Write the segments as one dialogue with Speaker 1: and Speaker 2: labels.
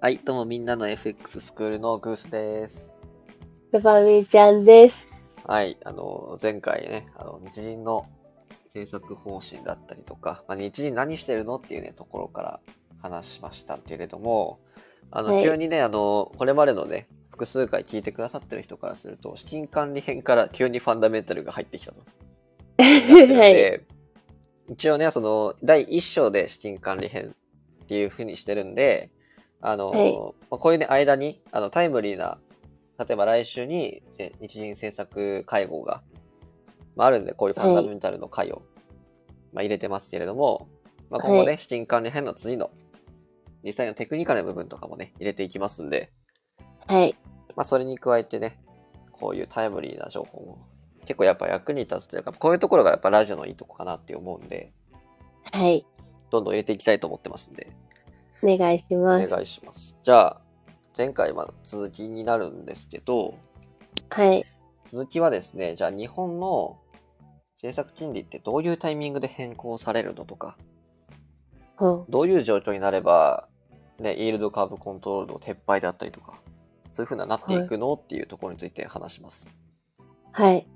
Speaker 1: はい、どうもみんなの FX スクールのグースです。
Speaker 2: つばみちゃんです。
Speaker 1: はい、あの、前回ね、あの、日銀の政策方針だったりとか、まあ、日銀何してるのっていうね、ところから話しましたけれども、あの、
Speaker 2: はい
Speaker 1: 急にね、あの、これまでのね、複数回聞いてくださってる人からすると、資金管理編から急にファンダメンタルが入ってきたと。なってるん
Speaker 2: はい。
Speaker 1: で、一応ね、その、第1章で資金管理編っていうふうにしてるんで、あの、
Speaker 2: はい
Speaker 1: まあ、こういうね、間に、あの、タイムリーな、例えば来週にせ日銀政策会合が、まあ、あるんで、こういうファンダメンタルの会を、まあ、入れてますけれども、まあ、今後ね、
Speaker 2: は
Speaker 1: 資金管理編の次の、実際のテクニカルな部分とかもね、入れていきますんで、
Speaker 2: はい。
Speaker 1: まあ、それに加えてね、こういうタイムリーな情報も、結構やっぱ役に立つというか、こういうところがやっぱラジオのいいとこかなって思うんで、
Speaker 2: はい。
Speaker 1: どんどん入れていきたいと思ってますんで、
Speaker 2: お願いし
Speaker 1: お
Speaker 2: ます。
Speaker 1: 願いします。じゃあ、前回まあ続きになるんですけど、
Speaker 2: はい。
Speaker 1: 続きはですね、じゃあ日本の政策金利ってどういうタイミングで変更されるのとか、
Speaker 2: ほ
Speaker 1: どういう状況になれば、ね、イールドカーブコントロールの撤廃だったりとか、そういうふうになっていくの、っていうところについて話します。
Speaker 2: う。はい。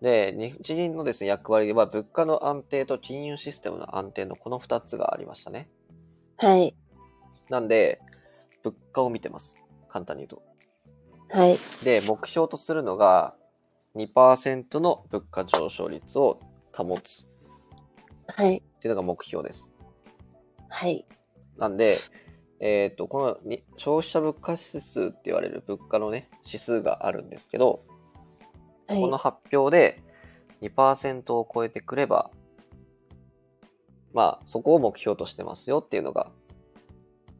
Speaker 1: で、日銀のですね、役割は物価の安定と金融システムの安定のこの2つがありましたね。
Speaker 2: はい。
Speaker 1: なんで、物価を見てます。簡単に言う
Speaker 2: はい。
Speaker 1: と。で、目標とするのが2%の物価上昇率を保つ
Speaker 2: はい。
Speaker 1: っていうのが目標です。
Speaker 2: はい。
Speaker 1: なんで、えっ、と、このに消費者物価指数って言われる物価のね、指数があるんですけど、
Speaker 2: は
Speaker 1: この
Speaker 2: い。
Speaker 1: 発表で2%を超えてくれば、まあ、そこを目標としてますよっていうのが、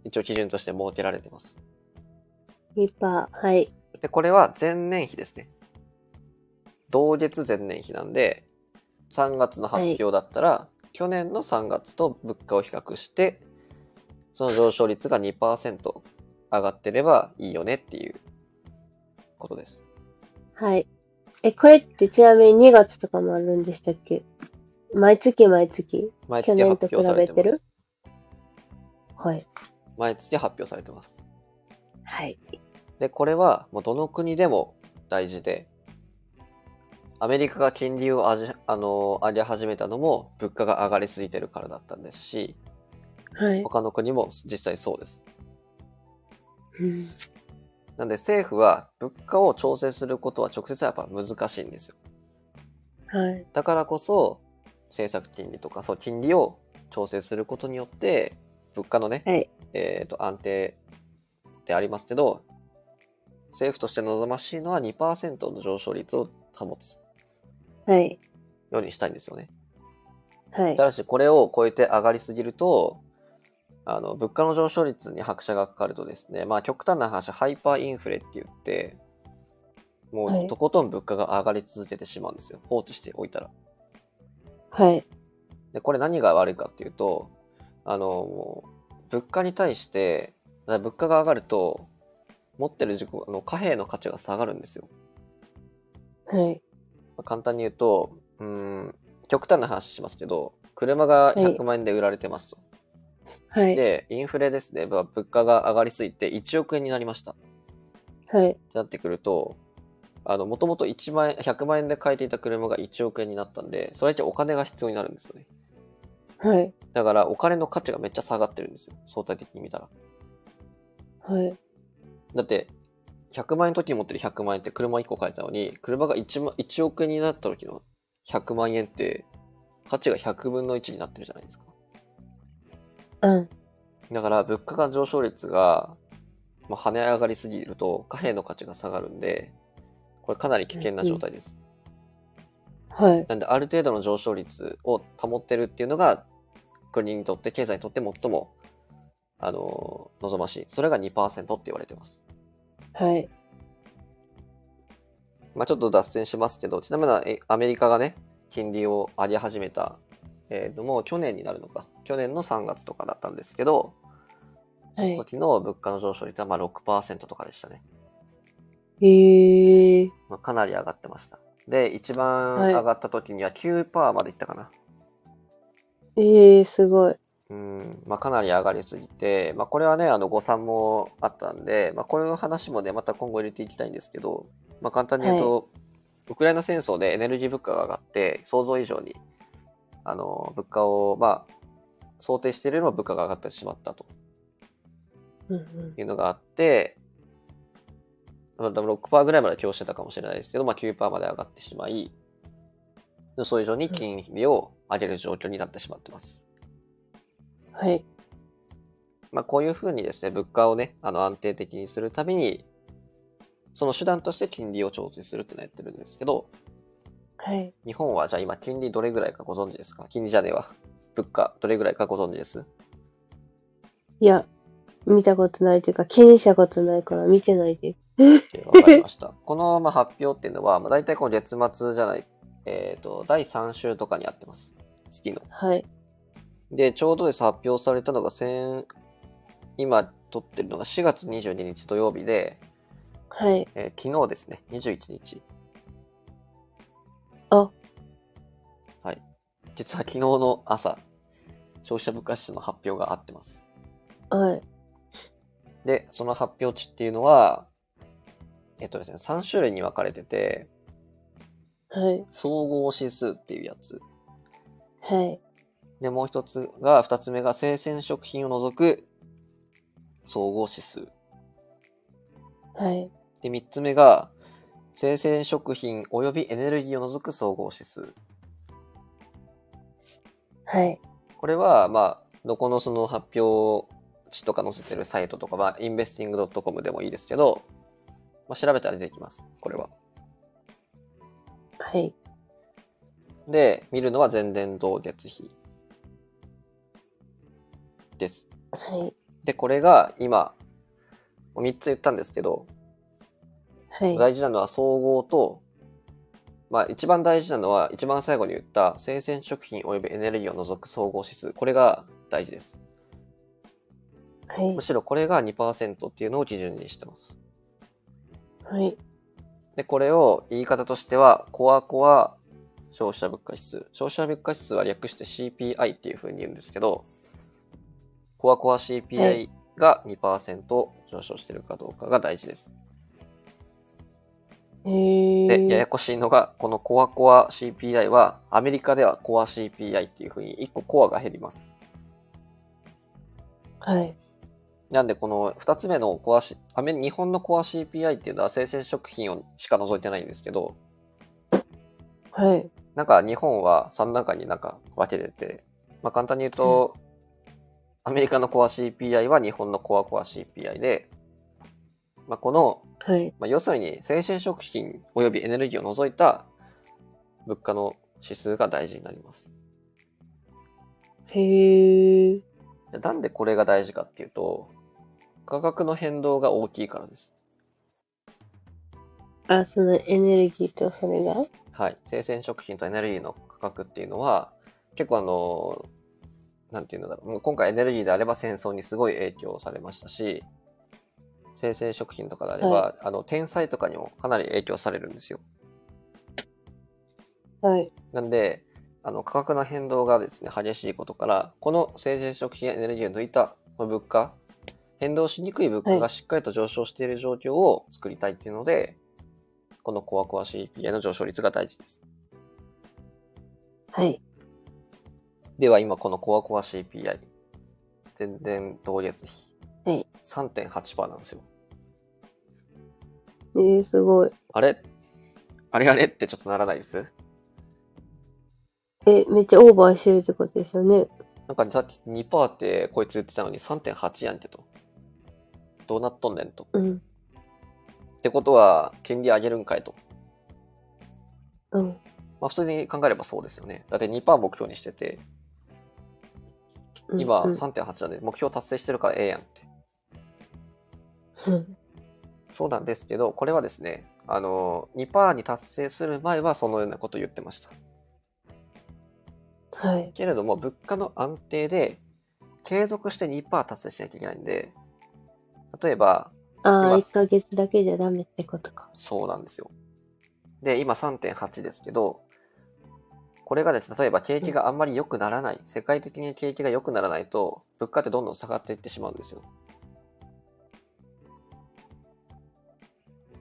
Speaker 1: 一応基準として設けられてます。
Speaker 2: リパー。はい。
Speaker 1: で、これは前年比ですね。同月前年比なんで、3月の発表だったら、去年の3月と物価を比較して、その上昇率が2%上がってればいいよねっていうことです。
Speaker 2: はい。え、これってちなみに2月とかもあるんでしたっけ毎月毎月
Speaker 1: 毎
Speaker 2: 去
Speaker 1: 月
Speaker 2: 年
Speaker 1: 発
Speaker 2: と比
Speaker 1: 表され
Speaker 2: べ
Speaker 1: て
Speaker 2: て
Speaker 1: ま
Speaker 2: る
Speaker 1: す。
Speaker 2: はい。
Speaker 1: 毎月発表されてます。
Speaker 2: はい。
Speaker 1: で、これはもうどの国でも大事で、アメリカが金利をあじあの上げ始めたのも物価が上がりすぎてるからだったんですし、
Speaker 2: はい。
Speaker 1: 他の国も実際そうです。
Speaker 2: うん
Speaker 1: なんで政府は物価を調整することは直接はやっぱ難しいんですよ。
Speaker 2: はい。
Speaker 1: だからこそ政策金利とかそう金利を調整することによって物価のね、
Speaker 2: はい。
Speaker 1: えー、と安定でありますけど政府として望ましいのは2%の上昇率を保つ
Speaker 2: はい。
Speaker 1: ようにしたいんですよね。
Speaker 2: はい
Speaker 1: た。だしこれを超えて上がりすぎるとあの物価の上昇率に拍車がかかるとですねまあ極端な話ハイパーインフレって言って
Speaker 2: は
Speaker 1: もう
Speaker 2: い
Speaker 1: とことん物価が上がり続けてしまうんですよ放置しておいたら。
Speaker 2: はい。
Speaker 1: でこれ何が悪いかっていうとあのもう物価に対してだから物価が上がると持ってる自己あの貨幣の価値が下がるんですよ。
Speaker 2: はい。
Speaker 1: まあ簡単に言うとうーん極端な話しますけど車が100万円で売られてますと。
Speaker 2: はい。
Speaker 1: で、インフレですね、まあ物価が上がりすぎて1億円になりましたって
Speaker 2: はい。
Speaker 1: なってくると、あの、もともと1万円、100万円で買えていた車が1億円になったんで、それだけお金が必要になるんですよね。
Speaker 2: はい。
Speaker 1: だから、お金の価値がめっちゃ下がってるんですよ。相対的に見たら。
Speaker 2: はい。
Speaker 1: だって、100万円の時に持ってる100万円って車1個買えたのに、車が 1, 万1億円になった時の100万円って、価値が100分の1になってるじゃないですか。
Speaker 2: うん。
Speaker 1: だから物価が上昇率が、まあ、跳ね上がりすぎると貨幣の価値が下がるんでこれかなり危険な状態です。
Speaker 2: はい。
Speaker 1: なんである程度の上昇率を保ってるっていうのが国にとって経済にとって最もあの望ましいそれが2%って言われてます。
Speaker 2: はい。
Speaker 1: まあ、ちょっと脱線しますけどちなみにえアメリカがね金利を上げ始めた、えーともう去年になるのか去年の3月とかだったんですけどその時の物価の上昇率はまあ6%とかでしたね。
Speaker 2: えー。
Speaker 1: まあ、かなり上がってました。で、一番
Speaker 2: はい
Speaker 1: 上がった時には9%までいったかな。
Speaker 2: えー、すごい。
Speaker 1: うん、まあ、かなり上がりすぎて、まあ、これはね、あの、誤算もあったんで、まあ、こういう話もね、また今後入れていきたいんですけど、まあ、簡単に言うと、ウクライナ戦争でエネルギー物価が上がって、想像以上に、あの、物価を、まあ、想定しているよりも物価が上がってしまったと
Speaker 2: うんうん。
Speaker 1: いうのがあって、まあでも6%ぐらいまで強してたかもしれないですけど、まあ、9%まで上がってしまい、予想以上に金利を上げる状況になってしまってます。
Speaker 2: はい。
Speaker 1: まあ、こういうふうにですね、物価をね、あの安定的にするために、その手段として金利を調整するってのをやってるんですけど、
Speaker 2: はい。
Speaker 1: 日本はじゃあ今金利どれぐらいかご存知ですか金利じゃねえわ。物価どれぐらいかご存知です
Speaker 2: いや、見たことないというか、気にしたことないから見てないで
Speaker 1: え
Speaker 2: す。
Speaker 1: ーわかりました。このまあ発表っていうのは、まあ、大体この月末じゃない、えっ、と、第3週とかにやってます。月の。
Speaker 2: はい。
Speaker 1: で、ちょうどです、発表されたのが先、今撮ってるのが4月22日土曜日で、
Speaker 2: はい。
Speaker 1: えー昨日ですね、21日。
Speaker 2: あ。
Speaker 1: はい。実は昨日の朝、消費者物価指数の発表があってます。
Speaker 2: はい。
Speaker 1: で、その発表値っていうのは、えっとですね、3種類に分かれてて、
Speaker 2: はい。
Speaker 1: 総合指数っていうやつ。
Speaker 2: はい。
Speaker 1: で、もう一つが、二つ目が生鮮食品を除く総合指数。
Speaker 2: はい。
Speaker 1: で、三つ目が、生鮮食品及びエネルギーを除く総合指数。
Speaker 2: はい。
Speaker 1: これは、まあ、どこのその発表値とか載せてるサイトとか、まあ、インベスティング .com でもいいですけど、まあ、調べたら出てきます。これは。
Speaker 2: はい。
Speaker 1: で、見るのは前年同月比です。
Speaker 2: はい。
Speaker 1: で、これが今、3つ言ったんですけど、
Speaker 2: はい。
Speaker 1: 大事なのは総合と、まあ、一番大事なのは、一番最後に言った生鮮食品及びエネルギーを除く総合指数。これが大事です。
Speaker 2: はい
Speaker 1: む。しろこれが2%っていうのを基準にしてます。
Speaker 2: はい。
Speaker 1: で、これを言い方としては、コアコア消費者物価指数。消費者物価指数は略して CPI っていう風に言うんですけど、コアコア
Speaker 2: は
Speaker 1: CPI が2%上昇してるかどうかが大事です。
Speaker 2: えー。
Speaker 1: で、ややこしいのが、このコアコア CPI は、アメリカではコア CPI っていう風に1個コアが減ります。
Speaker 2: はい。
Speaker 1: なんで、この2つ目のコアシ、アメ日本のコア CPI っていうのは生鮮食品をしか除いてないんですけど、
Speaker 2: はい。
Speaker 1: なんか日本は3段階になんか分けてて、まあ、簡単に言うと、アメリカのコア CPI は日本のコアコア CPI で、まあ、この、
Speaker 2: はい。
Speaker 1: まあ、要するに生鮮食品及びエネルギーを除いた物価の指数が大事になります。
Speaker 2: へー。
Speaker 1: でなんでこれが大事かっていうと、価格の変動が大きいからです。
Speaker 2: あ、そのエネルギーとそれが
Speaker 1: はい。生鮮食品とエネルギーの価格っていうのは、結構あの、なんていうんだろう。もう今回エネルギーであれば戦争にすごい影響されましたし、生鮮食品とかであれば、
Speaker 2: は
Speaker 1: あの、天才とかにもかなり影響されるんですよ。
Speaker 2: はい。
Speaker 1: なんで、あの、価格の変動がですね、激しいことから、この生鮮食品やエネルギーを抜いたこの物価、変動しにくい物価
Speaker 2: は
Speaker 1: がしっかりと上昇している状況を作りたいっていうので、このコアコア CPI の上昇率が大事です。
Speaker 2: はい。
Speaker 1: では今このコアコア CPI、全然同月比、
Speaker 2: はい
Speaker 1: 3.8%なんですよ。
Speaker 2: えー、すごい。
Speaker 1: あれあれあれってちょっとならないです
Speaker 2: え、めっちゃオーバーしてるってことですよね。
Speaker 1: なんかさっき2%ってこいつ言ってたのに3.8やんけと。どうなっとんねんと。
Speaker 2: うん。
Speaker 1: ってことは、金利上げるんかいと。
Speaker 2: うん。
Speaker 1: まあ普通に考えればそうですよね。だって2%目標にしてて、
Speaker 2: うん
Speaker 1: 今
Speaker 2: うん
Speaker 1: 3.8なんで目標達成してるからええやんって。
Speaker 2: うん
Speaker 1: そうなんですけど、これはですね、あの、2%に達成する前はそのようなことを言ってました。
Speaker 2: はい。
Speaker 1: けれども、物価の安定で、継続して2%達成しなきゃいけないんで、例えば、
Speaker 2: ああ、
Speaker 1: 今
Speaker 2: 1ヶ月だけじゃダメってことか。
Speaker 1: そうなんですよ。で、今3.8ですけど、ここれがですね、例えば景気があんまり良くならない、世界的に景気が良くならないと、物価ってどんどん下がっていってしまうんですよ。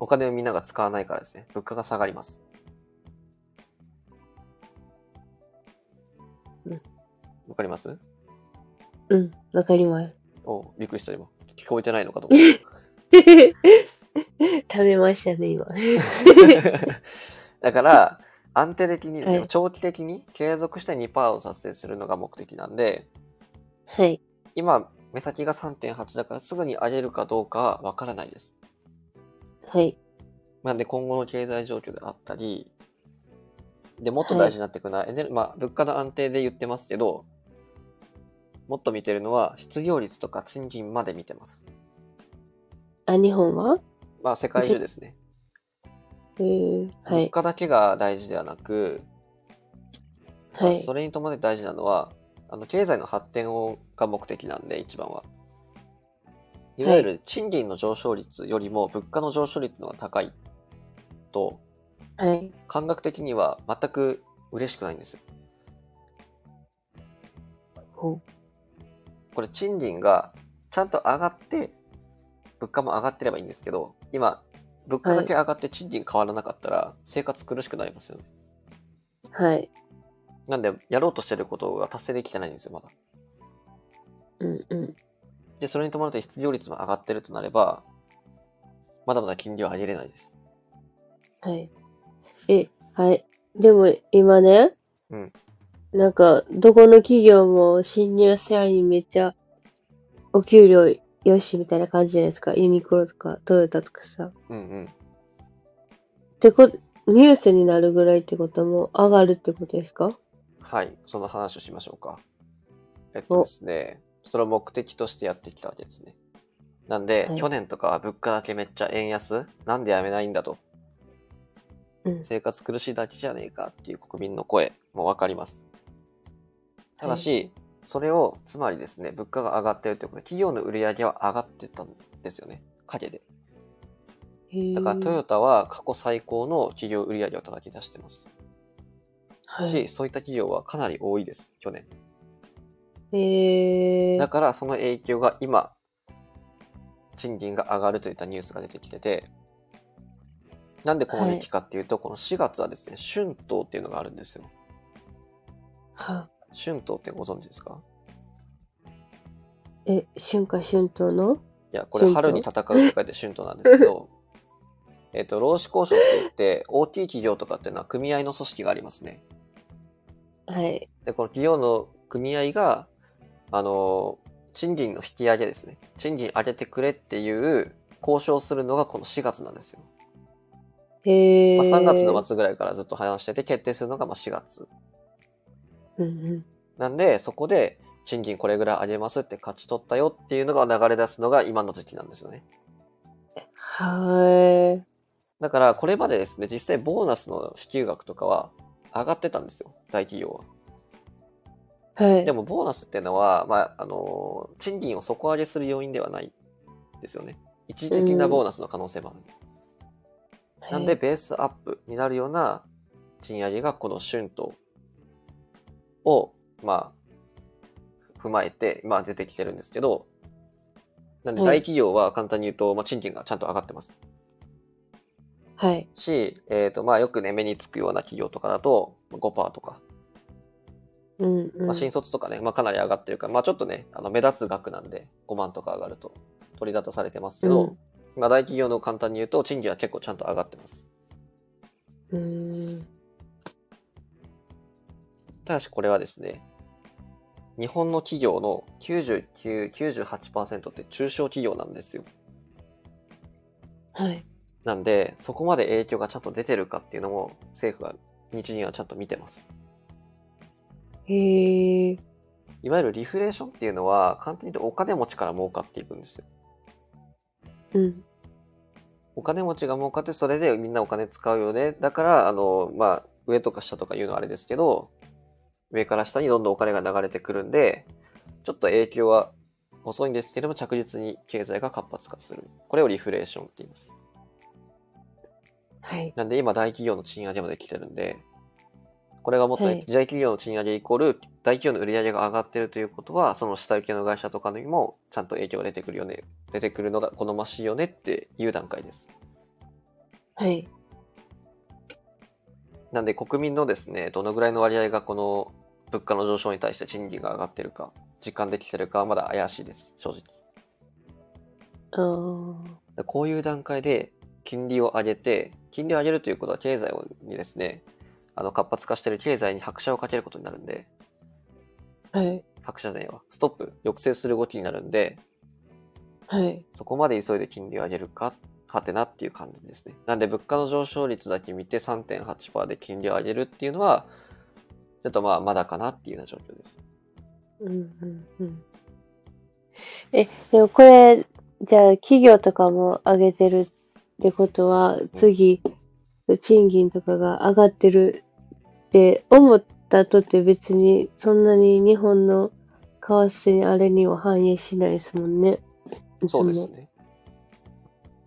Speaker 1: お金をみんなが使わないからですね、物価が下がります。
Speaker 2: うん
Speaker 1: わかります
Speaker 2: うん、わかります。
Speaker 1: おびっくりした今。聞こえてないのかと思った。
Speaker 2: 食べましたね、今。
Speaker 1: だから、安定的にですね、
Speaker 2: はい
Speaker 1: 長期的に継続して2%を達成するのが目的なんで、
Speaker 2: はい。
Speaker 1: 今、目先が3.8だからすぐに上げるかどうかはわからないです。
Speaker 2: はい。
Speaker 1: なんで今後の経済状況であったり、で、もっと大事になってくるのは、エネルまあ、物価の安定で言ってますけど、もっと見てるのは、失業率とか賃金まで見てます。
Speaker 2: あ、日本は
Speaker 1: まあ、世界中ですね。
Speaker 2: えー、は
Speaker 1: 物
Speaker 2: い。
Speaker 1: 価だけが大事ではなく、まあ
Speaker 2: はい
Speaker 1: そ。れに伴って大事なのはあの経済の発展をが目的なんで一番はいわゆる賃金の上昇率よりも物価の上昇率の方が高いと
Speaker 2: はい。
Speaker 1: 感覚的には全く嬉しくないんですよ
Speaker 2: ほ
Speaker 1: これ賃金がちゃんと上がって物価も上がってればいいんですけど今物価だけ上がって賃金変わらなかったら生活苦しくなりますよね、
Speaker 2: うはい。
Speaker 1: なんでやろうとしてることが達成できてないんですよまだ
Speaker 2: うんうん。
Speaker 1: で、それに伴って失業率も上がってるとなれば、まだまだ金利は上げれないです。
Speaker 2: はい。え、はい。でも今ね、
Speaker 1: うん
Speaker 2: なんか、どこの企業も新入社員めっちゃ、お給料よしみたいな感じじゃないですか。ユニクロとかトヨタとかさ。
Speaker 1: うんうん。
Speaker 2: ってこ、ニュースになるぐらいってことはもう上がるってことですか
Speaker 1: はい。その話をしましょうか。えっとですね、それを目的としてやってきたわけですね。なんで、
Speaker 2: はい
Speaker 1: 去年とかは物価だけめっちゃ円安なんでやめないんだと。
Speaker 2: うん。
Speaker 1: 生活苦しいだけじゃねえかっていう国民の声もわかります。ただし、それを、つまりですね、物価が上がってるということで、企業の売り上げは上がってたんですよね。陰で。
Speaker 2: へー、
Speaker 1: だからトヨタは過去最高の企業売上を叩き出してます
Speaker 2: はい
Speaker 1: し、そういった企業はかなり多いです去年
Speaker 2: えー、
Speaker 1: だからその影響が今賃金が上がるといったニュースが出てきててなんでこの時期かっていうと、この4月はですね春闘っていうのがあるんですよ
Speaker 2: は
Speaker 1: 春闘ってご存知ですか
Speaker 2: え、春夏春冬の
Speaker 1: いやこれ
Speaker 2: 春闘
Speaker 1: 春に戦うって書いて春闘なんですけどえっと労使交渉って言って大きい企業とかっていうのは組合の組織がありますね
Speaker 2: はい。
Speaker 1: で、この企業の組合が、あの、賃金の引き上げですね。賃金上げてくれっていう交渉するのがこの4月なんですよ。
Speaker 2: えー、
Speaker 1: まあ、3月の末ぐらいからずっと話してて、決定するのがまあ4月。
Speaker 2: 末。うんうん。
Speaker 1: なんで、そこで賃金これぐらい上げますって勝ち取ったよっていうのが流れ出すのが今の時期なんですよね。
Speaker 2: は
Speaker 1: だから、これまでですね、実際ボーナスの支給額とかは上がってたんですよ。大企業は。
Speaker 2: ーい。はい。
Speaker 1: でも、ボーナスっていうのは、まあ、あのー賃金を底上げする要因ではないですよね。一時的なボーナスの可能性もある。なんで、ベースアップになるような賃上げが、この春闘を、まあ、踏まえて、まあ、出てきてるんですけど、なんで、
Speaker 2: はい
Speaker 1: 大企業は簡単に言うと、まあ、賃金がちゃんと上がってます。
Speaker 2: はい。
Speaker 1: し、えっ、と、まあ、よくね、目につくような企業とかだと、5%とか、
Speaker 2: うんうん。
Speaker 1: まあ、新卒とかね、まあ、かなり上がってるから、まあ、ちょっとね、あの目立つ額なんで、5万とか上がると取り立たされてますけど、まあ、大企業の簡単に言うと、賃金は結構ちゃんと上がってます。
Speaker 2: うーん。
Speaker 1: ただし、これはですね、日本の企業の99、98%って中小企業なんですよ。
Speaker 2: はい。
Speaker 1: なんで、そこまで影響がちゃんと出てるかっていうのも、政府は、日銀はちゃんと見てます。
Speaker 2: へえ。
Speaker 1: いわゆるリフレーションっていうのは、簡単に言うとお金持ちから儲かっていくんですよ
Speaker 2: うん。
Speaker 1: お金持ちが儲かってそれでみんなお金使うよねだからあのまあ上とか下とか言うのはあれですけど上から下にどんどんお金が流れてくるんでちょっと影響は遅いんですけども着実に経済が活発化するこれをリフレーションって言います
Speaker 2: はい。
Speaker 1: なんで今大企業の賃上げまで来てるんでこれがもっと
Speaker 2: はい
Speaker 1: 時代企業の賃上げイコール大企業の売り上げが上がってるということは、その下請けの会社とかにもちゃんと影響が出てくるよね、出てくるのが好ましいよねっていう段階です。
Speaker 2: はい。
Speaker 1: なんで国民のですね、どのぐらいの割合がこの物価の上昇に対して賃金が上がってるか、実感できてるかはまだ怪しいです、正直。
Speaker 2: あー
Speaker 1: でこういう段階で金利を上げて、金利を上げるということは経済をにですね、あの活発化している経済に拍車をかけることになるんで、
Speaker 2: はい。
Speaker 1: 拍車じゃねえわ、ストップ、抑制する動きになるんで、
Speaker 2: はい。
Speaker 1: そこまで急いで金利を上げるか、はてなっていう感じですね。なんで物価の上昇率だけ見て3.8%で金利を上げるっていうのは、ちょっとまあまだかなっていうような状況です。
Speaker 2: うんうんうん。え、でもこれ、じゃあ企業とかも上げてるってことは、次、賃金とかが上がってるって思ったとって別にそんなに日本の為替にあれには反映しないですもんね。
Speaker 1: そうで
Speaker 2: いつ
Speaker 1: す
Speaker 2: も
Speaker 1: ね。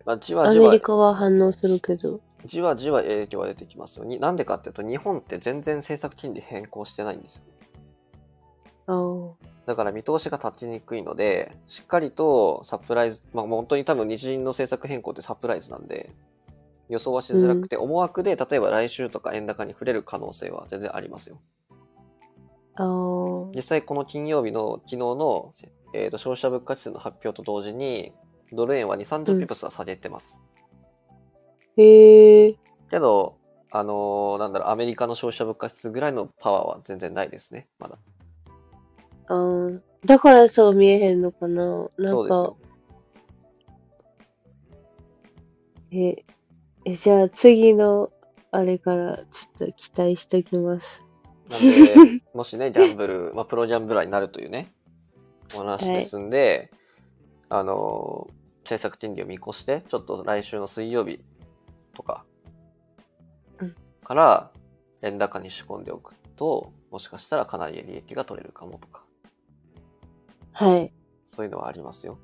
Speaker 1: まあ、じわ
Speaker 2: ア
Speaker 1: じ
Speaker 2: メ
Speaker 1: わ
Speaker 2: リ、カは反応するけど。
Speaker 1: じわじわ影響が出てきますよ。になんでかっていうと、日本って全然政策金利変更してないんですよ。
Speaker 2: ああ。
Speaker 1: だから見通しが立ちにくいので、しっかりとサプライズ、まあもう本当に多分日銀の政策変更ってサプライズなんで、予想はしづらくて、思惑で、例えば来週とか円高に触れる可能性は全然ありますよ。
Speaker 2: ああ。
Speaker 1: 実際この金曜日の昨日の、えー、と消費者物価指数の発表と同時に、ドル円は2、30ピプスは下げてます。
Speaker 2: へえ。
Speaker 1: けど、あのーなんだろう、アメリカの消費者物価指数ぐらいのパワーは全然ないですね、まだ。
Speaker 2: あーだからそう見えへんのかな。な
Speaker 1: そ
Speaker 2: ん
Speaker 1: うです
Speaker 2: か
Speaker 1: よ、。
Speaker 2: え、えじゃあ次のあれからちょっと期待しておきます。
Speaker 1: なんで、もしね、ギャンブル、まあ、プロギャンブラーになるというね、お話ですんで、あのー、政策金利を見越して、ちょっと来週の水曜日とか
Speaker 2: うん
Speaker 1: から円高に仕込んでおくと、もしかしたらかなり利益が取れるかもとか、
Speaker 2: はい。
Speaker 1: そういうのはありますよ。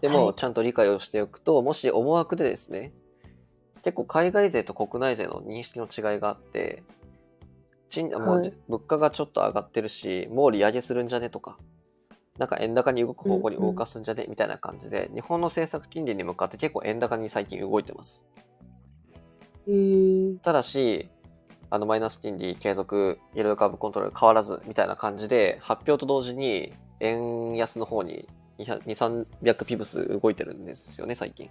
Speaker 1: でも、
Speaker 2: はい
Speaker 1: ちゃんと理解をしておくと、もし思惑でですね、結構海外税と国内税の認識の違いがあって、賃も
Speaker 2: は
Speaker 1: う
Speaker 2: い
Speaker 1: 物価がちょっと上がってるし、もう利上げするんじゃねとか、なんか円高に動く方向に動かすんじゃね、みたいな感じで、日本の政策金利に向かって結構円高に最近動いてます。
Speaker 2: うーん。
Speaker 1: ただし、あのマイナス金利継続、イールドカーブコントロール変わらずみたいな感じで、発表と同時に円安の方に200 200 300ピブス動いてるんですよね、最近。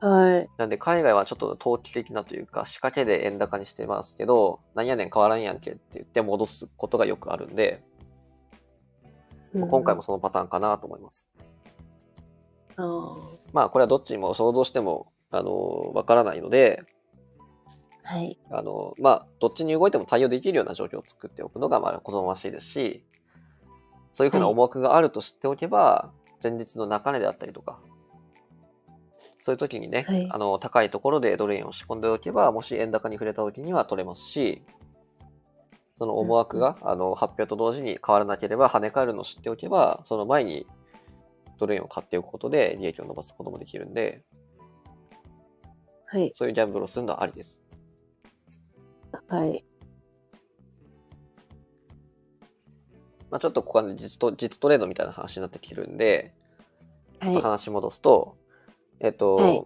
Speaker 2: はい。
Speaker 1: なんで海外はちょっと投機的なというか、仕掛けで円高にしてますけど、なんやねん変わらんやんけって言って戻すことがよくあるんで、
Speaker 2: うん
Speaker 1: 今回も。そのパターンかなと思います。
Speaker 2: あー
Speaker 1: まあこれはどっちにも想像しても、あの、わからないので、
Speaker 2: はい。
Speaker 1: あの、まあ、どっちに動いても対応できるような状況を作っておくのが、まあ、好ましいですし、そういうふうな思惑があると知っておけば、前日の中値であったりとか、そういう時にね、
Speaker 2: はい
Speaker 1: あの、高いところでドル円を仕込んでおけば、もし円高に触れた時には取れますし、その思惑が、あの、発表と同時に変わらなければ跳ね返るのを知っておけば、その前にドル円を買っておくことで利益を伸ばすこともできるんで、
Speaker 2: はい。
Speaker 1: そういうギャンブルをするのはありです。
Speaker 2: はい。
Speaker 1: まあ、ちょっとここは、ね、実ト実トレードみたいな話になってきてるんで、ちょっと
Speaker 2: は
Speaker 1: 話戻すと、えっと、
Speaker 2: はい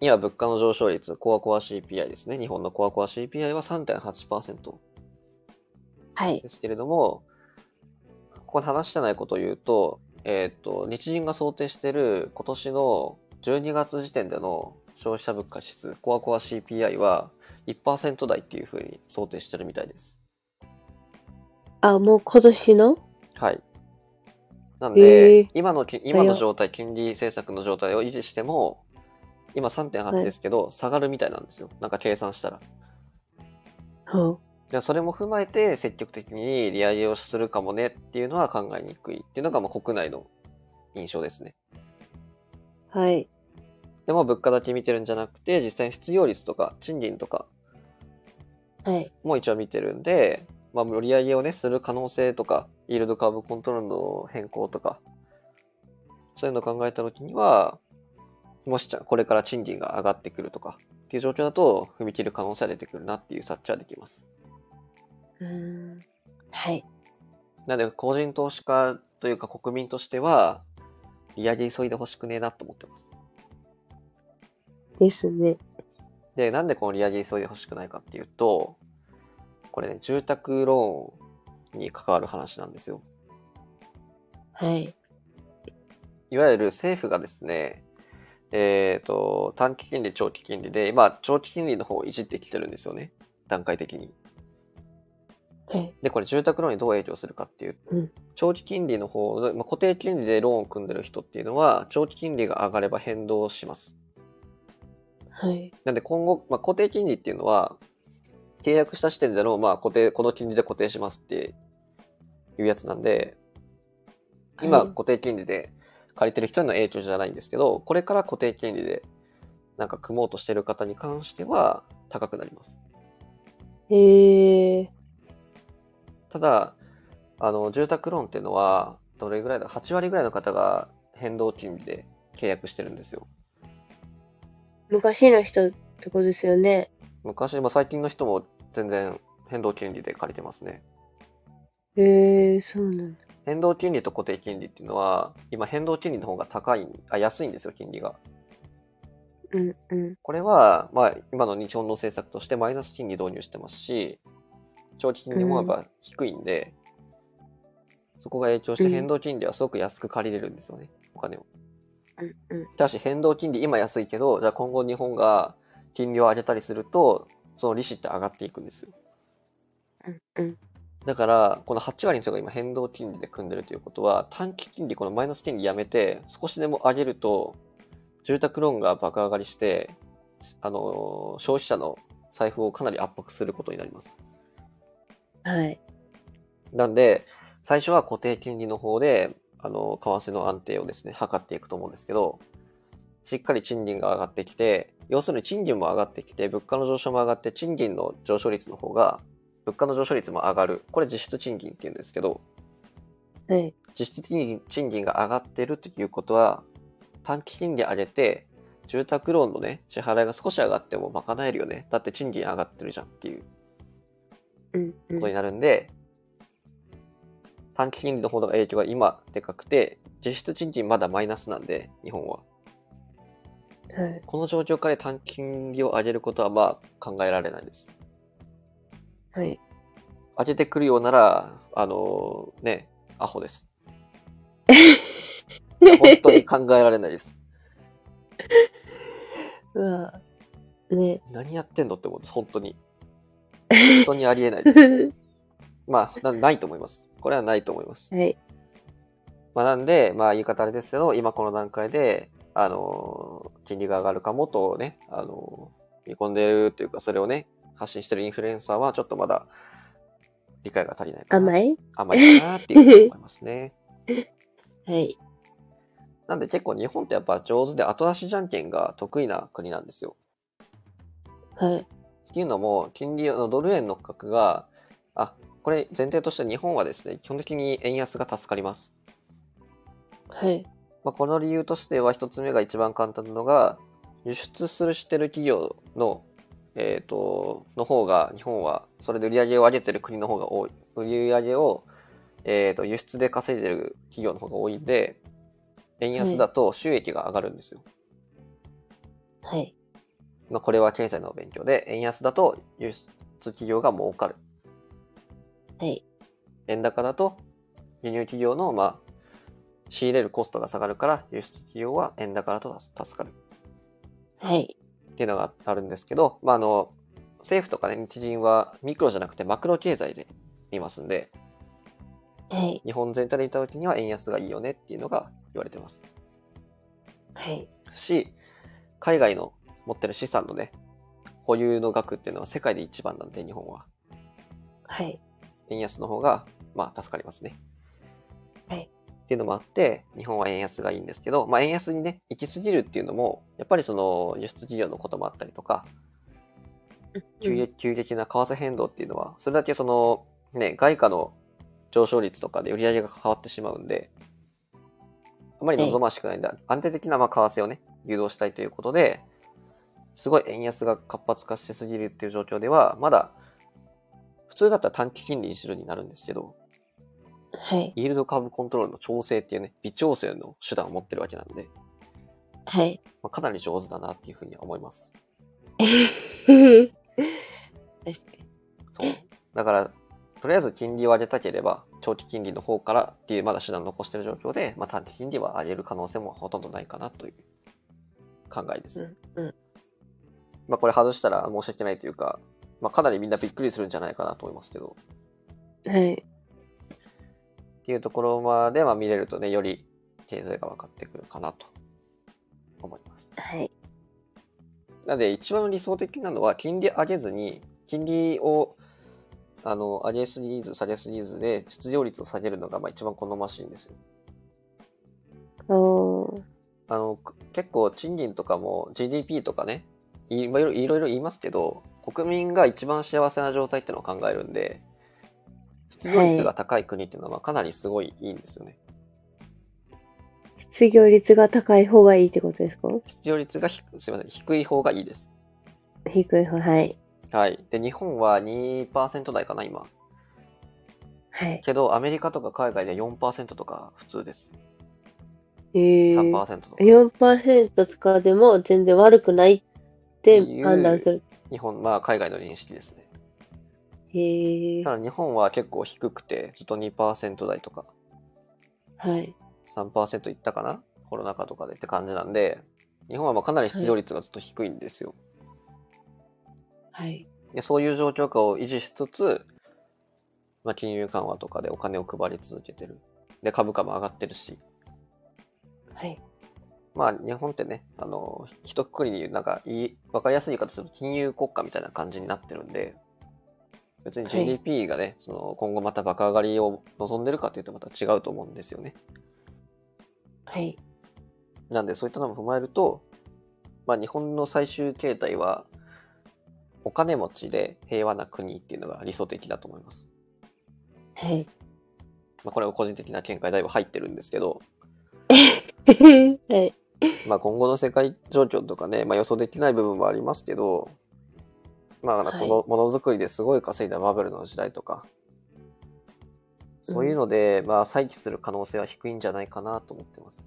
Speaker 1: 今物価の上昇率、コアコア CPI ですね。日本のコアコア CPI は3.8%
Speaker 2: い。はい。
Speaker 1: ですけれども、ここで話してないことを言うと、えっと、日銀が想定している今年の12月時点での消費者物価指数、コアコア CPI は1%台っていうふうに想定してるみたいです。
Speaker 2: あ、もう今年の
Speaker 1: はい。なんで、
Speaker 2: えー
Speaker 1: 今のき今の状態、金利政策の状態を維持しても、今
Speaker 2: は
Speaker 1: 3.8
Speaker 2: い
Speaker 1: ですけど、下がるみたいなんですよ。なんか計算したら。
Speaker 2: は
Speaker 1: でそれも踏まえて、積極的に利上げをするかもねっていうのは考えにくいっていうのが、まあ、国内の印象ですね。
Speaker 2: あはい。
Speaker 1: でも、物価だけ見てるんじゃなくて、実際に失業率とか、賃金とか
Speaker 2: はい。
Speaker 1: も一応見てるんで、まあ、利上げをね、する可能性とか、イールドカーブコントロールの変更とか、そういうのを考えたときには、もしちゃんこれから賃金が上がってくるとか、っていう状況だと、踏み切る可能性は出てくるなっていう察知はできます。
Speaker 2: うんはい。
Speaker 1: なので、個人投資家というか国民としては、利上げ急いでほしくねえなと思ってます。
Speaker 2: ですね。
Speaker 1: で、なんでこの利上げ急いでほしくないかっていうと、これね、住宅ローンに関わる話なんですよ。
Speaker 2: はい。
Speaker 1: いわゆる政府がですね、えっ、と、短期金利、長期金利で、まあ、長期金利の方をいじってきてるんですよね。段階的に。
Speaker 2: はい。
Speaker 1: で、これ住宅ローンにどう影響するかっていう。
Speaker 2: うん
Speaker 1: 長期金利の方、まあ、固定金利でローンを組んでる人っていうのは、長期金利が上がれば変動します。
Speaker 2: はい。
Speaker 1: なんで今後、まあ、固定金利っていうのは、契約した時点での、まあ、固定、この金利で固定しますっていうやつなんで、今、
Speaker 2: はい
Speaker 1: 固定金利で借りてる人への影響じゃないんですけど、これから固定金利でなんか組もうとしてる方に関しては高くなります。
Speaker 2: えー、
Speaker 1: ただ、あの、住宅ローンっていうのは、どれぐらいだ ?8 割ぐらいの方が変動金利で契約してるんですよ。
Speaker 2: 昔の人ってことですよね。
Speaker 1: 昔、まあ、最近の人も全然変動金利で借りてますね。
Speaker 2: えー、そうなんだ。
Speaker 1: 変動金利と固定金利っていうのは、今変動金利の方が高い、あ、安いんですよ、金利が。
Speaker 2: うんうん。
Speaker 1: これは、まあ、今の日本の政策としてマイナス金利導入してますし、長期金利もやっぱ低いんで、そこが影響して
Speaker 2: うん
Speaker 1: 変動金利はすごく安く借りれるんですよね、お金を。
Speaker 2: うんうん。
Speaker 1: ただし変動金利今安いけど、じゃあ今後日本が金利を上げたりすると、その利子って上がっていくんですよ。
Speaker 2: うんうん。
Speaker 1: だから、この8割の人が今変動金利で組んでるということは、短期金利、このマイナス金利やめて、少しでも上げると、住宅ローンが爆上がりして、あのー、消費者の財布をかなり圧迫することになります。
Speaker 2: はい。
Speaker 1: なんで、最初は固定金利の方で、あのー、為替の安定をですね、測っていくと思うんですけど、しっかり賃金が上がってきて、要するに賃金も上がってきて、物価の上昇も上がって、賃金の上昇率の方が、物価の上昇率も上がる。これ実質賃金って言うんですけど、
Speaker 2: はい。
Speaker 1: 実質的に賃金が上がっているということは、短期金利上げて、住宅ローンのね、支払いが少し上がっても賄えるよね。だって賃金上がってるじゃんっていう
Speaker 2: うんう
Speaker 1: ことに
Speaker 2: ん。
Speaker 1: なるんで、短期金利の方の影響が今でかくて、実質賃金まだマイナスなんで、日本は。
Speaker 2: はい。
Speaker 1: この状況下で短期金利を上げることはまあ考えられないです。
Speaker 2: はい。
Speaker 1: 上げてくるようなら、あのね、アホです。本当に考えられないです。
Speaker 2: うわね。
Speaker 1: 何やってんのって思うんです、本当に。本当にありえないです。まあな、ないと思います。これはないと思います。
Speaker 2: はい。
Speaker 1: まあ、なんで、まあ、言い方あれですけど、今この段階で、あのー金利が上がるかもとね、あのー見込んでるというか、それをね、発信してるインフルエンサーは、ちょっとまだ、理解が足りないかな。
Speaker 2: 甘
Speaker 1: い。
Speaker 2: い
Speaker 1: 甘いかなっていうふうに思いますね。
Speaker 2: はい。
Speaker 1: なんで結構日本ってやっぱ上手で後足じゃんけんが得意な国なんですよ。
Speaker 2: はい。
Speaker 1: っていうのも、金利のドル円の価格が、あ、これ前提として日本はですね、基本的に円安が助かります。
Speaker 2: はい。
Speaker 1: まあ、この理由としては、一つ目が一番簡単なのが、輸出するしてる企業の、えっ、と、の方が、日本は、それで売り上げを上げてる国の方が多い。売り上げを、えっ、と、輸出で稼いでる企業の方が多いんで、円安だと収益が上がるんですよ。
Speaker 2: はい。
Speaker 1: まあ、これは経済の勉強で、円安だと輸出企業が儲かる。
Speaker 2: はい。
Speaker 1: 円高だと輸入企業の、まあ、仕入れるコストが下がるから輸出企業は円高だと助かる
Speaker 2: はい。
Speaker 1: っていうのがあるんですけど、まあ、あの政府とか、ね、日銀はミクロじゃなくてマクロ経済で見ますんで
Speaker 2: はい。
Speaker 1: 日本全体で見た時には円安がいいよねっていうのが言われてます
Speaker 2: はい。
Speaker 1: し海外の持ってる資産のね保有の額っていうのは世界で一番なんで日本は
Speaker 2: はい。
Speaker 1: 円安の方が、まあ、助かりますね。
Speaker 2: はい
Speaker 1: っていうのもあって、日本は円安がいいんですけど、まあ、円安にね、行き過ぎるっていうのも、やっぱりその輸出事業のこともあったりとか、急激急激な為替変動っていうのは、それだけその、ね、外貨の上昇率とかで売り上げが変わってしまうんで、あまり望ましくないんだ。安定的なまあ為替をね、誘導したいということで、すごい円安が活発化しすぎるっていう状況では、まだ、普通だったら短期金利にするになるんですけど、
Speaker 2: はい。
Speaker 1: イールドカーブコントロールの調整っていうね、微調整の手段を持ってるわけなんで、
Speaker 2: はい。
Speaker 1: まあ、かなり上手だなっていうふうには思います。
Speaker 2: 確かに。
Speaker 1: そう。だから、とりあえず金利を上げたければ、長期金利の方からっていうまだ手段を残してる状況で、まあ、短期金利は上げる可能性もほとんどないかなという考えです。
Speaker 2: うんうん
Speaker 1: まあ、これ外したら申し訳ないというか、まあ、かなりみんなびっくりするんじゃないかなと思いますけど、
Speaker 2: はい。
Speaker 1: っていうところまでまあ見れるとね、より経済が分かってくるかなと思います。
Speaker 2: はい。
Speaker 1: なので、一番理想的なのは、金利上げずに、金利をあの上げすぎず、下げすぎずで、失業率を下げるのがまあ一番好ましいんですよ。
Speaker 2: おー。
Speaker 1: あのく結構、賃金とかも GDP とかね、いまあいろいろいろ言いますけど、国民が一番幸せな状態ってのを考えるんで、失業率が高い国っていうのはかなりすごいいいんですよね。
Speaker 2: 失業率が高い方がいいってことですか
Speaker 1: 失業率がひくすいません低い方がいいです。
Speaker 2: 低い方、はい。
Speaker 1: はい。で、日本は2%台かな、今。
Speaker 2: はい。
Speaker 1: けど、アメリカとか海外では4%とか普通です。
Speaker 2: えー、
Speaker 1: 3%とか。
Speaker 2: 4%とかでも全然悪くないって判断する。
Speaker 1: 日本、まあ海外の認識ですね。
Speaker 2: へえー
Speaker 1: ただ日本は結構低くて、ずっと2%台とか
Speaker 2: はい。
Speaker 1: 3%いったかなコロナ禍とかでって感じなんで、日本はまあかなり失業率がずっと低いんですよ。
Speaker 2: はい。
Speaker 1: でそういう状況下を維持しつつ、まあ、金融緩和とかでお金を配り続けてる。で、株価も上がってるし。
Speaker 2: はい。
Speaker 1: まあ、日本ってね、あの、一括りに言う、なんか、いい、わかりやすい言い方すると金融国家みたいな感じになってるんで、別に
Speaker 2: はい
Speaker 1: GDP がね、その、今後また爆上がりを望んでるかというとまた違うと思うんですよね。
Speaker 2: はい。
Speaker 1: なんで、そういったのも踏まえると、まあ、日本の最終形態は、お金持ちで平和な国っていうのが理想的だと思います。
Speaker 2: はい。
Speaker 1: まあ、これは個人的な見解だいぶ入ってるんですけど、
Speaker 2: はい。
Speaker 1: まあ、今後の世界状況とかね、まあ、予想できない部分もありますけど、まあ、
Speaker 2: はい
Speaker 1: このものづくりですごい稼いだバブルの時代とか、そういうので、まあ、再起する可能性は低いんじゃないかなと思ってます。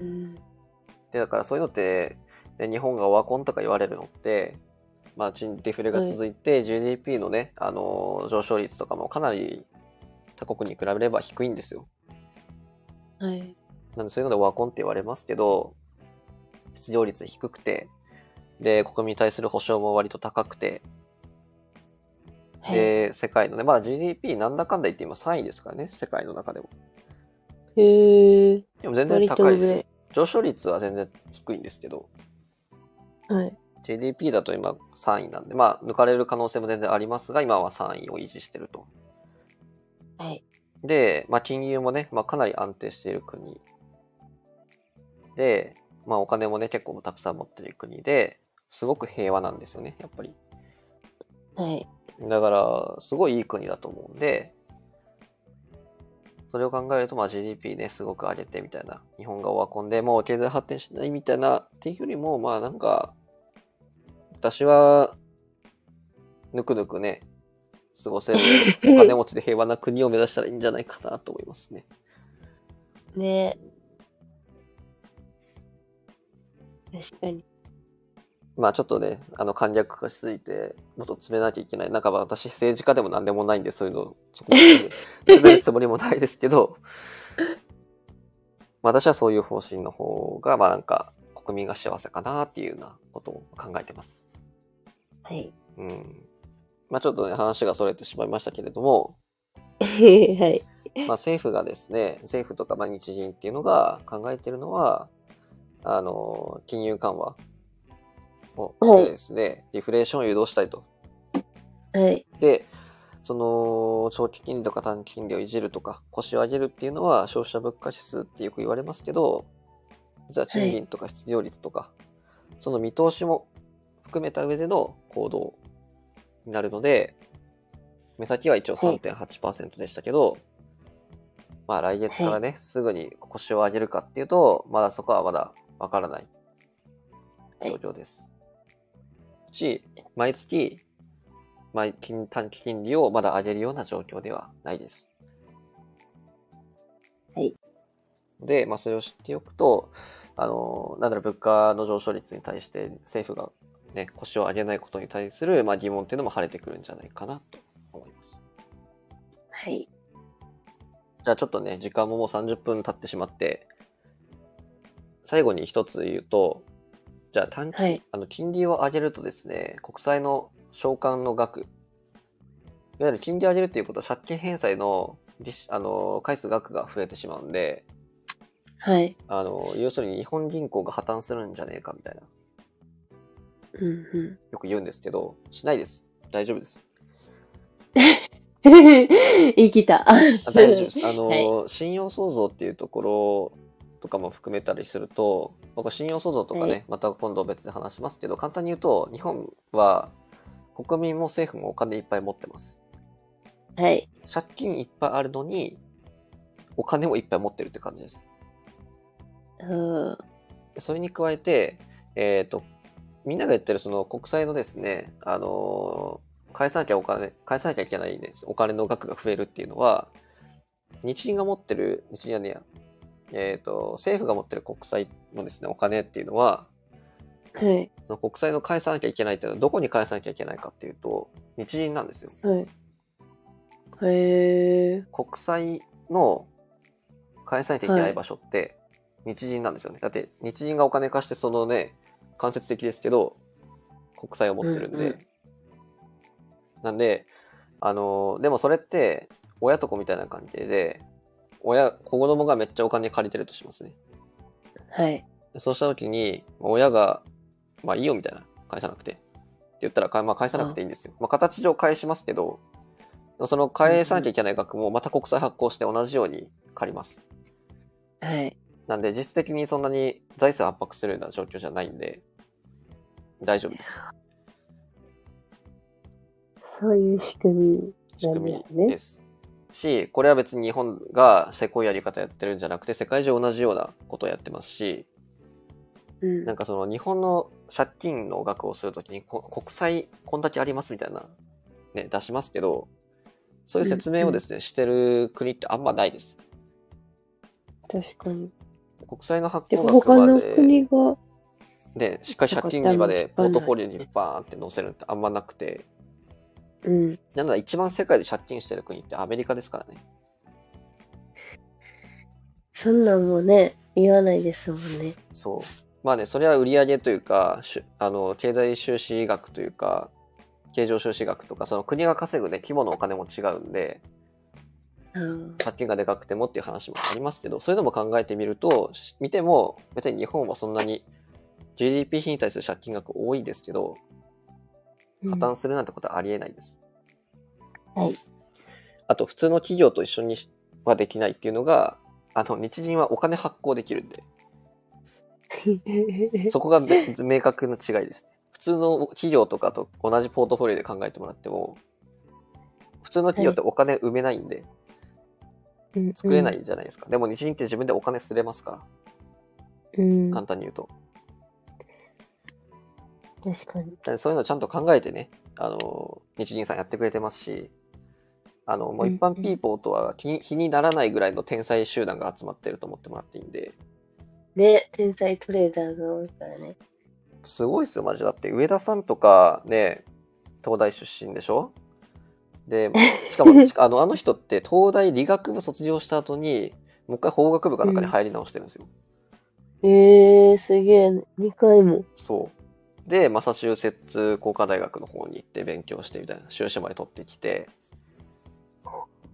Speaker 2: うん。
Speaker 1: で、だからそういうのって、ね日本がオワコンとか言われるのって、まあ、賃デフレが続いて、GDP のね、あのー上昇率とかもかなり他国に比べれば低いんですよ。
Speaker 2: はい。
Speaker 1: なんでそういうのでオワコンって言われますけど、失業率低くて、で、国民に対する保障も割と高くて、
Speaker 2: はい。
Speaker 1: で、世界のね、まあ GDP なんだかんだ言って今3位ですからね、世界の中でも。
Speaker 2: へえ。
Speaker 1: でも全然
Speaker 2: 割と
Speaker 1: 高いですよ
Speaker 2: 上。。
Speaker 1: 上昇率は全然低いんですけど、
Speaker 2: はい。
Speaker 1: GDP だと今3位なんで、まあ抜かれる可能性も全然ありますが、今は3位を維持してると。
Speaker 2: はい。
Speaker 1: で、まあ、金融もね、まあ、かなり安定している国で、まあ、お金もね、結構たくさん持ってる国で、すごく平和なんですよね、やっぱり。
Speaker 2: はい。
Speaker 1: だから、すごいいい国だと思うんで、それを考えると、まあ、GDP ね、すごく上げてみたいな、日本がオワコンでもう経済発展しないみたいなっていうよりも、まあ、なんか、私は、ぬくぬくね、過ごせる、お金持ちで平和な国を目指したらいいんじゃないかなと思いますね。
Speaker 2: ね確かに。
Speaker 1: まあちょっとね、あの簡略化しすぎて、もっと詰めなきゃいけない。なんかまあ私、政治家でも何でもないんで、そういうの、そこまで詰め詰めるつもりもないですけど、まあ私はそういう方針の方が、まあなんか、国民が幸せかなっていうようなことを考えてます。
Speaker 2: はい。
Speaker 1: うん。まあちょっとね、話がそれてしまいましたけれども、
Speaker 2: はい。
Speaker 1: まあ、政府がですね、政府とかまあ日銀っていうのが考えてるのは、あの、金融緩和をしてですね、リフレーションを誘導したいと。
Speaker 2: はい。
Speaker 1: で、その、長期金利とか短期金利をいじるとか、腰を上げるっていうのは消費者物価指数ってよく言われますけど、実は賃金とか失業率とか、その見通しも含めた上での行動になるので、目先は一応
Speaker 2: はい
Speaker 1: 3.8%でしたけど、まあ来月からね、すぐに腰を上げるかっていうと、まだそこはまだわからない。状況です。し、毎月、毎金短期金利をまだ上げるような状況ではないです。
Speaker 2: はい。
Speaker 1: で、まあ、それを知っておくと、あの、なんだろう、物価の上昇率に対して政府がね、腰を上げないことに対する、まあ、疑問っていうのも晴れてくるんじゃないかなと思います。
Speaker 2: はい。
Speaker 1: じゃあちょっとね、時間ももう30分経ってしまって、最後に一つ言うと、じゃあ短期、
Speaker 2: はい。
Speaker 1: あの金利を上げるとですね、国債の償還の額、いわゆる金利を上げるということは借金返済の利子あの返す額が増えてしまうんで、
Speaker 2: はい。
Speaker 1: あの要するに日本銀行が破綻するんじゃねえかみたいな、
Speaker 2: うん
Speaker 1: よく言うんですけど、しないです。大丈夫です。
Speaker 2: うん。 生きた。
Speaker 1: あ大丈夫です。あの、
Speaker 2: は
Speaker 1: 信用創造っていうところとかも含めたりすると、僕は信用創造とかね、
Speaker 2: はい
Speaker 1: また今度別で話しますけど、簡単に言うと、日本は国民も政府もお金いっぱい持ってます。
Speaker 2: はい。
Speaker 1: 借金いっぱいあるのに、お金もいっぱい持ってるって感じです。
Speaker 2: うん。
Speaker 1: それに加えて、えっ、と、みんなが言ってるその国債のですね、あのー返さなきゃお金、返さなきゃいけないね、お金の額が増えるっていうのは、日銀が持ってる、日銀はねえや、えっ、と、政府が持ってる国債のですね、お金っていうのは、
Speaker 2: はい。
Speaker 1: その国債の返さなきゃいけないっていうのは、どこに返さなきゃいけないかっていうと、日銀なんですよ。
Speaker 2: はい。へえ。
Speaker 1: 国債の返さなきゃいけな
Speaker 2: はいい
Speaker 1: 場所って日銀なんですよね、だって日銀がお金貸してそのね間接的ですけど国債を持ってるんで、
Speaker 2: うんうん
Speaker 1: なんであのーでもそれって親と子みたいな関係で親子供がめっちゃお金借りてるとしますね
Speaker 2: はい。
Speaker 1: そうした時に親が「まあいいよ」みたいな返さなくてって言ったら、かまあ、返さなくていいんですよ、まあ、形上返しますけどその返さなきゃいけない額もまた国債発行して同じように借ります
Speaker 2: はい。
Speaker 1: なんで実質的にそんなに財政を圧迫するような状況じゃないんで大丈夫です
Speaker 2: そういう仕組み。
Speaker 1: 仕組みですしこれは別に日本がせこいやり方やってるんじゃなくて世界中同じようなことをやってますし
Speaker 2: うん
Speaker 1: なんかその日本の借金の額をするときにこ国債こんだけありますみたいな、ね、出しますけど、そういう説明をですね、してる国ってあんまないです。
Speaker 2: 確かに。
Speaker 1: 国債の発
Speaker 2: て
Speaker 1: 行
Speaker 2: か
Speaker 1: 額ま
Speaker 2: 他の
Speaker 1: で、
Speaker 2: 国が、
Speaker 1: ね、しっかり借金にまでポ
Speaker 2: 他
Speaker 1: ー
Speaker 2: の
Speaker 1: トフォリオにバーンって載せるってあんまなくて、
Speaker 2: うん。
Speaker 1: なので一番世界で借金してる国ってアメリカですからね。
Speaker 2: そんなんもね、言わないですもんね。
Speaker 1: そう。まあね、それは売上というか、しゅあの経済収支額というか、経常収支額とか、その国が稼ぐね、規模のお金も違うんで、
Speaker 2: うん。
Speaker 1: 借金がでかくてもっていう話もありますけどそういうのも考えてみるとし見ても別に日本はそんなに GDP 比に対する借金額多いですけど破綻するなんてことはありえないです、
Speaker 2: はい
Speaker 1: あと普通の企業と一緒にはできないっていうのがあの日銀はお金発行できるんで そこがめ明確な違いです普通の企業とかと同じポートフォリオで考えてもらっても普通の企業ってお金埋めないんで作れな。いじゃないですか、でも日銀って自分でお金すれますから
Speaker 2: うん。
Speaker 1: 簡単に言うと
Speaker 2: 確かに。
Speaker 1: だからそういうのちゃんと考えてね、あの、日銀さんやってくれてますし、あの、もう一般ピーポーとは気に気にならないぐらいの天才集団が集まってると思ってもらっていいんで、
Speaker 2: ね、天才トレーダーが多いからね。
Speaker 1: すごいっすよ、マジだって。上田さんとかね、東大出身でしょで、しか も、しかあのあの人って東大理学部卒業した後に、もう一回法学部かなんかに入り直してるんですよ。
Speaker 2: ええー、すげえ、2回も。
Speaker 1: そう。で、マサチューセッツ工科大学の方に行って勉強してみたいな、修士まで取ってきて、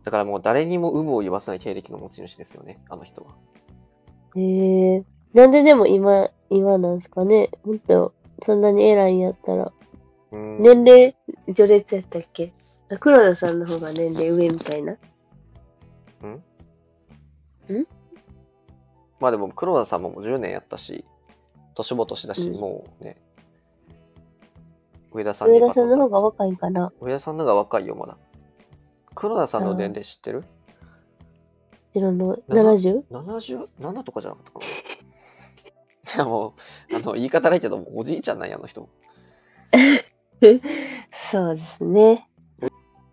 Speaker 1: だからもう誰にも有無を言わせない経歴の持ち主ですよね、あの人は。
Speaker 2: ええー。なんででも今、今なんすかね。ほんと、そんなに偉いんやったら。
Speaker 1: うん
Speaker 2: 年齢、序列やったっけあ黒田さんの方が年齢上みたいな。
Speaker 1: まあでも黒田さんももう10年やったし、年も年だし、
Speaker 2: うん
Speaker 1: もうね、上田さんに
Speaker 2: 上田さんの方が若いんかな。
Speaker 1: 上田さんの方が若いよ、まだ。黒田さんの年齢知ってる
Speaker 2: 後ろの
Speaker 1: なな
Speaker 2: 70?
Speaker 1: ?77 とかじゃなかったか じゃあもう、あの、言い方ないけど、もうおじいちゃんなんや、あの人も。
Speaker 2: そうですね。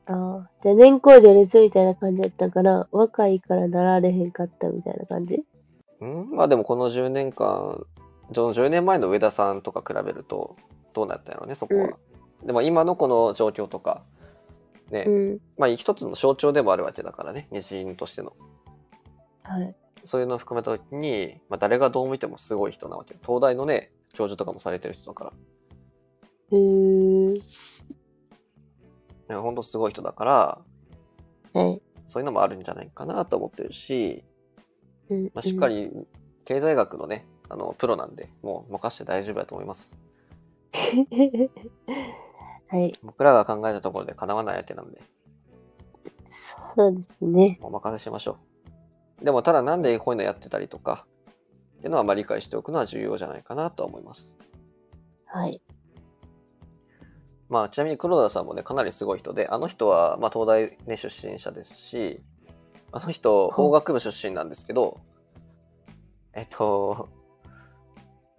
Speaker 2: ああ、じゃあ年功序列みたいな感じだったから、若いからなられへんかったみたいな感じ
Speaker 1: うんまあでもこの10年間、その10年前の上田さんとか比べると、どうなったんやろうね、そこは。でも今のこの状況とか、ね、
Speaker 2: うん。
Speaker 1: まあ一つの象徴でもあるわけだからね、日銀としての。
Speaker 2: はい。
Speaker 1: そういうのを含めたときに、まあ誰がどう見てもすごい人なわけ。東大のね、教授とかもされてる人だから。
Speaker 2: へー。
Speaker 1: いやほんとすごい人だから、
Speaker 2: はい。
Speaker 1: そういうのもあるんじゃないかなと思ってるし、
Speaker 2: うん
Speaker 1: まあ、しっか。り経済学のね、あの、プロなんで、もう任せて大丈夫だと思います。
Speaker 2: はい。
Speaker 1: 僕らが考えたところで叶わない相手なんで、
Speaker 2: そうですね。
Speaker 1: お任せしましょう。でも、ただなんでこういうのやってたりとか、っていうのはまあ理解しておくのは重要じゃないかなとは思います。
Speaker 2: はい。
Speaker 1: まあ、ちなみに黒田さんもね、かなりすごい人で、あの人は、まあ、東大ね、出身者ですし、あの人、
Speaker 2: い
Speaker 1: 法学部出身なんですけど、えっと、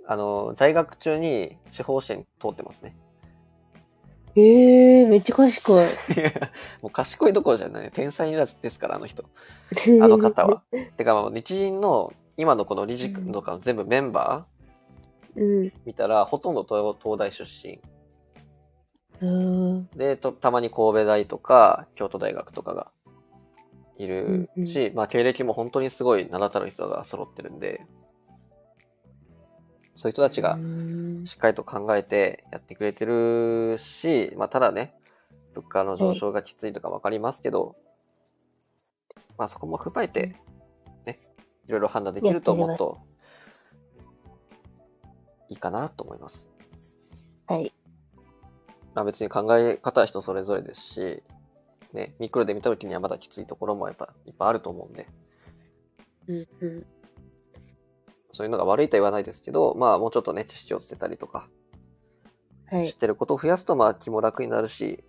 Speaker 1: あの、在学中に司法試験通ってますね。
Speaker 2: ええー、めっちゃ賢い。
Speaker 1: いやもう賢いどころじゃない。天才ですから、あの人。 あの方は。。てか、まあ日銀の今のこの理事とか全部メンバ
Speaker 2: うん
Speaker 1: ー。見たら、ほとんど東東大出身。
Speaker 2: うん。
Speaker 1: で、とたまに神戸大とか京都大学とかがいるし、まあ経歴も本当にすごい名だたる人が揃ってるんで、そういう人たちが
Speaker 2: うん
Speaker 1: しっかりと考えてやってくれてるし、まあただね、物価の上昇がきついとかわかりますけど、まあそこも踏まえて、ね、いろいろ判断できると
Speaker 2: やってみ
Speaker 1: も
Speaker 2: ま
Speaker 1: っ
Speaker 2: す
Speaker 1: といいかなと思います。
Speaker 2: はい。
Speaker 1: まあ、別に考え方は人それぞれですし、ね、ミクロで見た時にはまだきついところもやっぱいっぱいあると思うんで、
Speaker 2: うんうん。
Speaker 1: そういうのが悪いとは言わないですけど、まあもうちょっとね、知識を捨てたりとか、
Speaker 2: は
Speaker 1: 知
Speaker 2: い
Speaker 1: っ。てることを増やすとまあ気も楽になるし、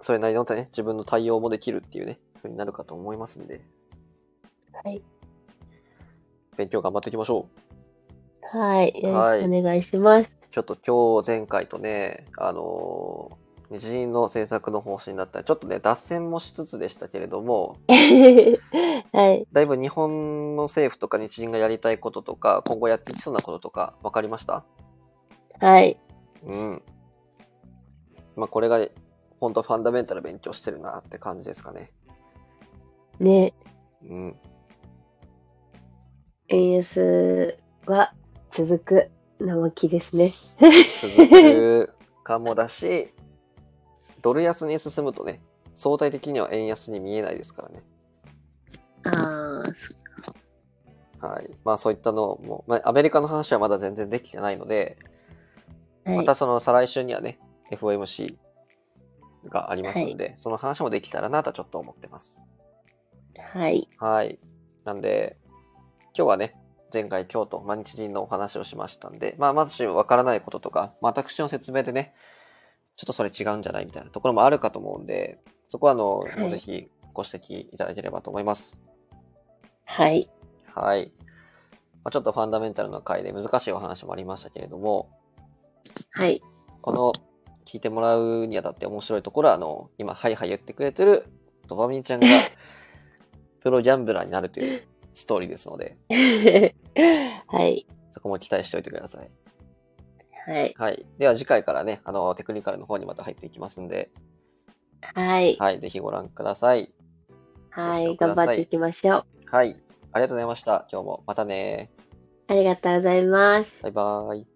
Speaker 1: それなりのね、自分の対応もできるっていうね、ふうになるかと思いますんで、
Speaker 2: はい。
Speaker 1: 勉強頑張っていきましょう。
Speaker 2: はい。よろしくお願いします。
Speaker 1: ちょっと今日前回とね、あのー日銀の政策の方針だったり、ちょっとね、脱線もしつつでしたけれども、
Speaker 2: はい。
Speaker 1: だいぶ日本の政府とか日銀がやりたいこととか、今後やっていきそうなこととか分かりました
Speaker 2: はい。
Speaker 1: うん。まあこれが、本当ファンダメンタル勉強してるなって感じですかね。
Speaker 2: ね、
Speaker 1: うん。
Speaker 2: 円安は続く生木ですね。
Speaker 1: 続くかもだし、 ドル安に進むとね、相対的には円安に見えないですからね。
Speaker 2: ああ、そ
Speaker 1: はい。まあそういったのも、まあアメリカの話はまだ全然できてないので、
Speaker 2: はい
Speaker 1: またその再来週にはね、FOMC がありますんで、その話もできたらなとはちょっと思ってます。
Speaker 2: はい。
Speaker 1: はい。なんで、今日はね、前回京都、まあ、日銀のお話をしましたんで、まあ、まずわからないこととか、まあ、私の説明でね、ちょっとそれ違うんじゃないみたいなところもあるかと思うんで、そこはあの、
Speaker 2: はい
Speaker 1: もうぜひご指摘いただければと思います。
Speaker 2: はい。
Speaker 1: はい。まあ、ちょっとファンダメンタルの回で難しいお話もありましたけれども、
Speaker 2: はい。
Speaker 1: この聞いてもらうにあたって面白いところは、あの、今、はいはい言ってくれてるドバミンちゃん が、プロギャンブラーになるというストーリーですので、
Speaker 2: はい。
Speaker 1: そこも期待しておいてください。
Speaker 2: はい。
Speaker 1: はい。では次回からね、あの、テクニカルの方にまた入っていきますんで、
Speaker 2: はい。
Speaker 1: はい。ぜひご覧ください。
Speaker 2: はい。頑張っていきましょう。
Speaker 1: はい。ありがとうございました。今日も。またね。
Speaker 2: ありがとうございます。
Speaker 1: バイバーイ。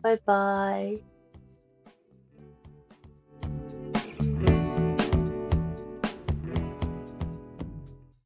Speaker 2: バイバイ。